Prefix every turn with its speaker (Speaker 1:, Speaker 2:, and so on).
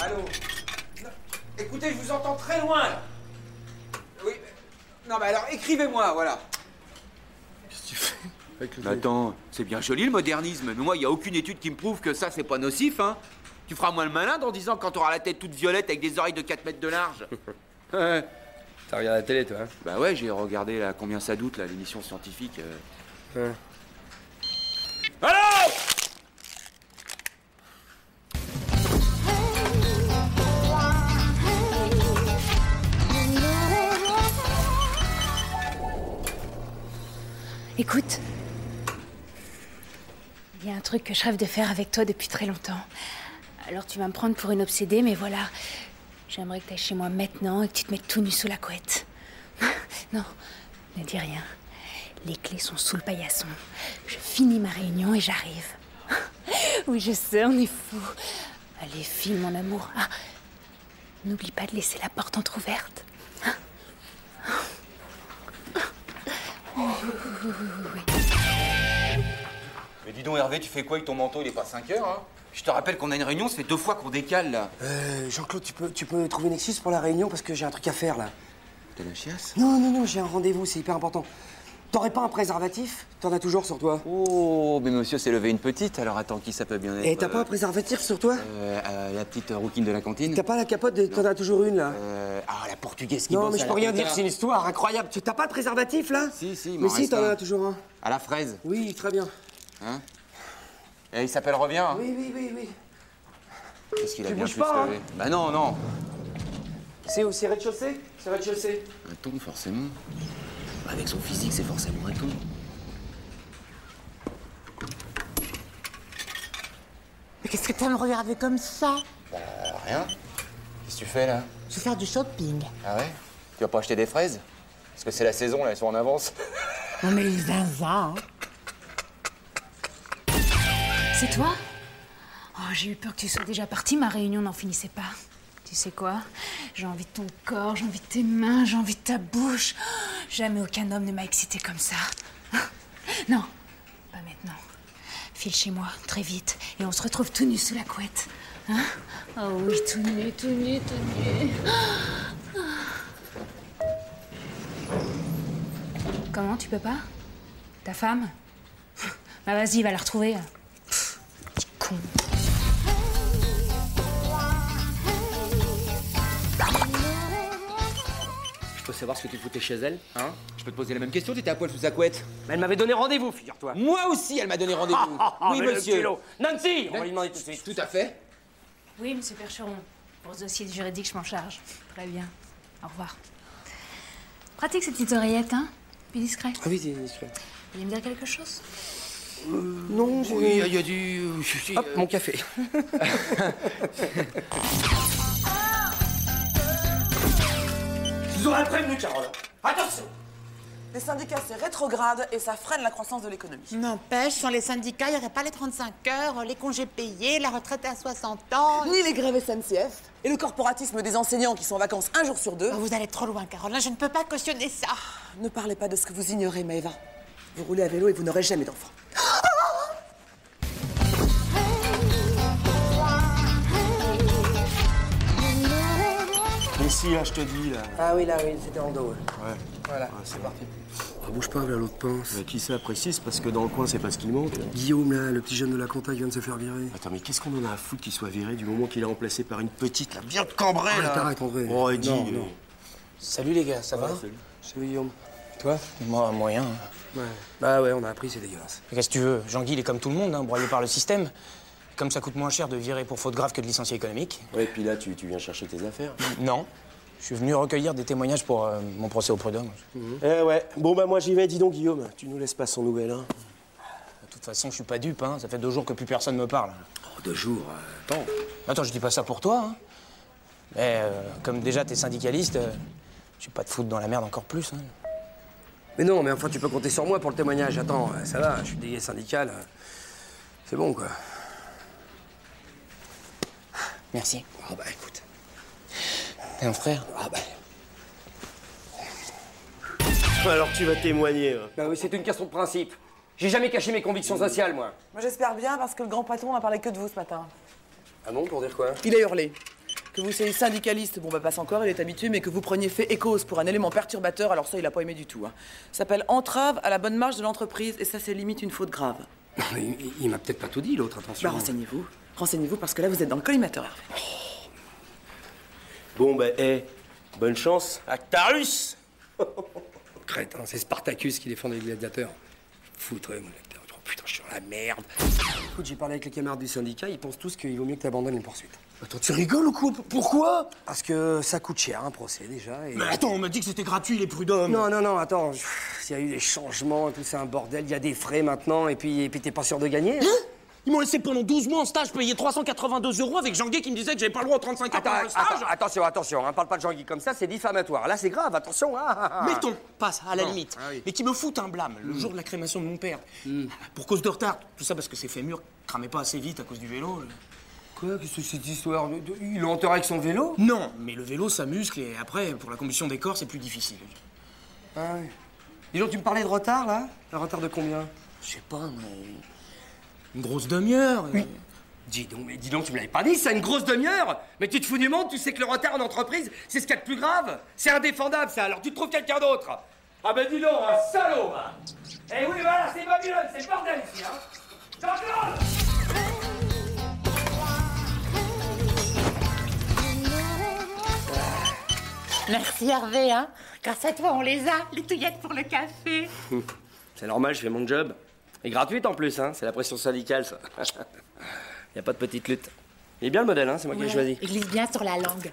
Speaker 1: Allô Non, Écoutez, je vous entends très loin là. Oui. mais- Non, mais alors écrivez-moi, voilà.
Speaker 2: Mais Attends, c'est bien joli le modernisme, mais moi, il n'y a aucune étude qui me prouve que ça, c'est pas nocif, hein. Tu feras moins le malade en disant quand t'auras la tête toute violette avec des oreilles de 4 mètres de large. Ouais.
Speaker 3: T'as regardé la télé, toi hein
Speaker 2: Bah ouais, j'ai regardé là, combien ça doute, là, l'émission scientifique. euh.
Speaker 4: Écoute. Il y a un truc que je rêve de faire avec toi depuis très longtemps. Alors tu vas me prendre pour une obsédée, mais voilà. J'aimerais que tu chez moi maintenant et que tu te mettes tout nu sous la couette. non, ne dis rien. Les clés sont sous le paillasson. Je finis ma réunion et j'arrive. oui, je sais, on est fou. Allez, file, mon amour. Ah, n'oublie pas de laisser la porte entr'ouverte.
Speaker 2: Mais dis donc, Hervé, tu fais quoi avec ton manteau Il est pas 5 heures, hein Je te rappelle qu'on a une réunion, ça fait deux fois qu'on décale, là.
Speaker 5: Euh, Jean-Claude, tu peux, tu peux trouver une excuse pour la réunion parce que j'ai un truc à faire là.
Speaker 2: T'as la chiasse
Speaker 5: Non, non, non, j'ai un rendez-vous, c'est hyper important. T'aurais pas un préservatif T'en as toujours sur toi.
Speaker 2: Oh, mais monsieur s'est levé une petite, alors attends, qui ça peut bien être
Speaker 5: Et Eh, t'as pas un
Speaker 2: euh,
Speaker 5: préservatif sur toi
Speaker 2: euh, euh, La petite rouquine de la cantine
Speaker 5: T'as pas la capote de- T'en as toujours une là
Speaker 2: Euh, Ah, la portugaise qui
Speaker 5: Non,
Speaker 2: bosse
Speaker 5: mais je
Speaker 2: à
Speaker 5: peux
Speaker 2: la
Speaker 5: rien
Speaker 2: compta.
Speaker 5: dire, c'est une histoire incroyable. Tu- T'as pas de préservatif là
Speaker 2: Si, si, il m'en
Speaker 5: Mais si,
Speaker 2: reste
Speaker 5: t'en
Speaker 2: un.
Speaker 5: as toujours un.
Speaker 2: À la fraise.
Speaker 5: Oui, très bien.
Speaker 2: Et il s'appelle Revient. hein.
Speaker 5: Oui, oui, oui, oui.
Speaker 2: Qu'est-ce qu'il a
Speaker 5: Tu
Speaker 2: bien
Speaker 5: bouges
Speaker 2: pu
Speaker 5: pas, hein.
Speaker 2: se lever Bah non, non.
Speaker 5: C'est au c'est rez-de-chaussée C'est rez-de-chaussée.
Speaker 2: Un ton, forcément. Bah, Avec son physique, c'est forcément un ton.
Speaker 6: Mais qu'est-ce que t'as à me regarder comme ça
Speaker 2: Bah, rien. Qu'est-ce que tu fais là
Speaker 6: Je vais faire du shopping.
Speaker 2: Ah ouais Tu vas pas acheter des fraises Parce que c'est la saison là, elles sont en avance.
Speaker 6: Non mais les zinzins, hein.
Speaker 4: C'est toi Oh, j'ai eu peur que tu sois déjà partie, ma réunion n'en finissait pas. Tu sais quoi J'ai envie de ton corps, j'ai envie de tes mains, j'ai envie de ta bouche. Jamais aucun homme ne m'a excitée comme ça. Non, pas maintenant. File chez moi, très vite, et on se retrouve tout nu sous la couette. Hein Oh oui, tout nu, tout nu, tout nu. Comment, tu peux pas Ta femme Bah vas-y, va la retrouver. Pff, petit con.
Speaker 3: Je peux savoir ce que tu foutais chez elle
Speaker 2: Hein Je peux te poser la même question, t'étais à poil sous sa couette.
Speaker 5: Mais elle m'avait donné rendez-vous, figure-toi. Oh,
Speaker 2: Moi aussi, elle m'a donné
Speaker 7: Ah,
Speaker 2: rendez-vous. oui,
Speaker 5: mais le
Speaker 2: monsieur.
Speaker 5: culot. Nancy On va lui demander tout de suite.
Speaker 2: Tout à fait.
Speaker 4: Oui, monsieur Percheron. Pour ce dossier juridique, je m'en charge. Très bien. Au revoir. Pratique ces petites oreillettes, hein Plus discret.
Speaker 5: Ah oui, c'est discret.
Speaker 4: Vous voulez me dire quelque chose
Speaker 5: Non, j'ai-
Speaker 2: y a du.
Speaker 5: Hop, mon café. Je vous aurais prévenu, Carole. Attention
Speaker 8: Les syndicats, c'est rétrograde et ça freine la croissance de l'économie.
Speaker 6: N'empêche, sans les syndicats, il n'y aurait pas les 35 heures, les congés payés, la retraite à 60 ans.
Speaker 8: Ni les grèves SNCF et le corporatisme des enseignants qui sont en vacances un jour sur deux.
Speaker 6: Oh, Vous allez trop loin, Caroline, je ne peux pas cautionner ça.
Speaker 8: Ne parlez pas de ce que Ah, vous ignorez, Maëva. Vous roulez à vélo et vous n'aurez jamais d'enfants.
Speaker 9: Mais si, là, je te dis, là.
Speaker 5: Ah oui, là, oui, c'était en dos.
Speaker 9: Ouais.
Speaker 5: Voilà, Ah, c'est parti. Ah, bouge pas, là, l'autre pince.
Speaker 9: Mais qui ça précise Parce que dans le coin, c'est pas ce qu'il manque.
Speaker 5: Guillaume, là, le petit jeune de la compta, il vient de se faire virer.
Speaker 9: Attends, mais qu'est-ce qu'on en a à foutre qu'il soit viré du moment qu'il est remplacé par une petite, là, bien de cambrée, là
Speaker 5: Arrête, arrête, Ah, André.
Speaker 9: Oh, Eddie.
Speaker 5: Non,
Speaker 9: euh,
Speaker 5: non. Salut, les gars, ça va
Speaker 9: salut.
Speaker 5: Salut, Guillaume.
Speaker 7: Toi Moi, moyen. hein.
Speaker 5: Ouais. Bah ouais, on a appris, c'est dégueulasse.
Speaker 7: Mais Qu'est-ce que tu veux Jean-Guy, il est comme tout le monde, hein, broyé par le système. Comme ça coûte moins cher de virer pour faute grave que de licencier économique.
Speaker 9: Ouais, et puis là, tu, tu viens chercher tes affaires.
Speaker 7: Non. Je suis venu recueillir des témoignages pour euh, mon procès au prud'homme.
Speaker 9: Eh ouais. Bon, bah, moi, j'y vais. Dis donc, Guillaume, tu nous laisses pas sans nouvelles, hein.
Speaker 7: Tout
Speaker 2: toute façon, je suis pas dupe, hein. Ça fait deux jours que plus personne me parle.
Speaker 5: Oh,
Speaker 10: deux jours,
Speaker 5: euh.
Speaker 10: attends.
Speaker 2: Attends, je dis pas ça pour toi, hein. Mais euh, comme déjà t'es syndicaliste, euh, je vais pas te foutre dans la merde encore plus. hein.
Speaker 5: Mais non, mais enfin, tu peux compter sur moi pour le témoignage. Attends, euh, ça va, je suis délégué syndical. euh, C'est bon, quoi.
Speaker 2: Merci.
Speaker 5: Ah bah écoute.
Speaker 2: T'es un frère
Speaker 5: Ah bah.
Speaker 6: Alors tu vas témoigner. hein.
Speaker 5: Bah oui, c'est une question de principe. J'ai jamais caché mes convictions sociales, moi.
Speaker 8: Moi, j'espère bien parce que le grand patron n'a parlé que de vous ce matin.
Speaker 5: Ah bon, pour dire quoi
Speaker 8: Il a hurlé. Que vous soyez syndicaliste, bon bah passe encore, il est habitué, mais que vous preniez fait et cause pour un élément perturbateur, alors ça il a pas aimé du tout. hein. Ça s'appelle entrave à la bonne marche de l'entreprise et ça c'est limite une faute grave.
Speaker 5: Non, mais il, il m'a peut-être pas tout dit, l'autre, attention.
Speaker 8: Bah renseignez-vous, renseignez-vous parce que là vous êtes dans le collimateur. Hervé.
Speaker 6: Bon bah, hé, bonne chance. Actarus
Speaker 5: Crétin, hein, c'est Spartacus qui défendait les gladiateurs. Foutre, mon acteur. Oh, putain, je suis dans la merde. Écoute, j'ai parlé avec les camarades du syndicat, ils pensent tous qu'il vaut mieux que t'abandonnes les poursuites.
Speaker 6: Attends, tu rigoles ou quoi Pourquoi
Speaker 5: Parce que ça coûte cher, un procès, déjà. Et...
Speaker 2: Mais attends, on m'a dit que c'était gratuit, les prud'hommes.
Speaker 5: Non, non, non, attends. pff, Il y a eu des changements et tout, c'est un bordel. Il y a des frais maintenant, et puis et puis t'es pas sûr de gagner. hein
Speaker 2: Ils m'ont laissé pendant 12 mois en stage, payé 382 euros avec Jean-Guy qui me disait que j'avais pas le droit aux 35 heures
Speaker 5: Attends,
Speaker 2: pendant le stage.
Speaker 5: attends, attention, attention, hein, parle pas de Jean-Guy comme ça, c'est diffamatoire. Là, c'est grave, attention. ah, ah, ah.
Speaker 2: Mettons, passe, à la
Speaker 5: Bon,
Speaker 2: limite.
Speaker 5: ah oui.
Speaker 2: Mais qui me foutent un blâme le jour de la crémation de mon père. Pour cause de retard. Tout ça parce que ses fémurs cramaient pas assez vite à cause du vélo.
Speaker 5: Quoi, qu'est-ce que c'est cette histoire Il est enterré avec son vélo
Speaker 2: Non, mais le vélo, ça muscle et après, pour la combustion des corps, c'est plus difficile.
Speaker 5: Ah oui. Dis donc, tu me parlais de retard, là Un retard de combien
Speaker 2: Je sais pas, mais. Une grosse demi-heure. euh, et-
Speaker 5: Dis donc, mais dis donc, tu me l'avais pas dit, ça, une grosse demi-heure Mais tu te fous du monde, tu sais que le retard en entreprise, c'est ce qu'il y a de plus grave C'est indéfendable, ça, alors tu te trouves quelqu'un d'autre Ah ben dis donc, un salaud, va Eh oui, voilà, c'est Babylone, c'est le bordel ici, hein Jean-Claude
Speaker 3: Merci Hervé, hein. Grâce à toi, on les a, les touillettes pour le café.
Speaker 5: C'est normal, je fais mon job. Et gratuite en plus, hein, c'est la pression syndicale, ça. y a pas de petite lutte. Il est bien le modèle, hein, c'est moi qui l'ai choisi.
Speaker 3: glisse bien sur la langue.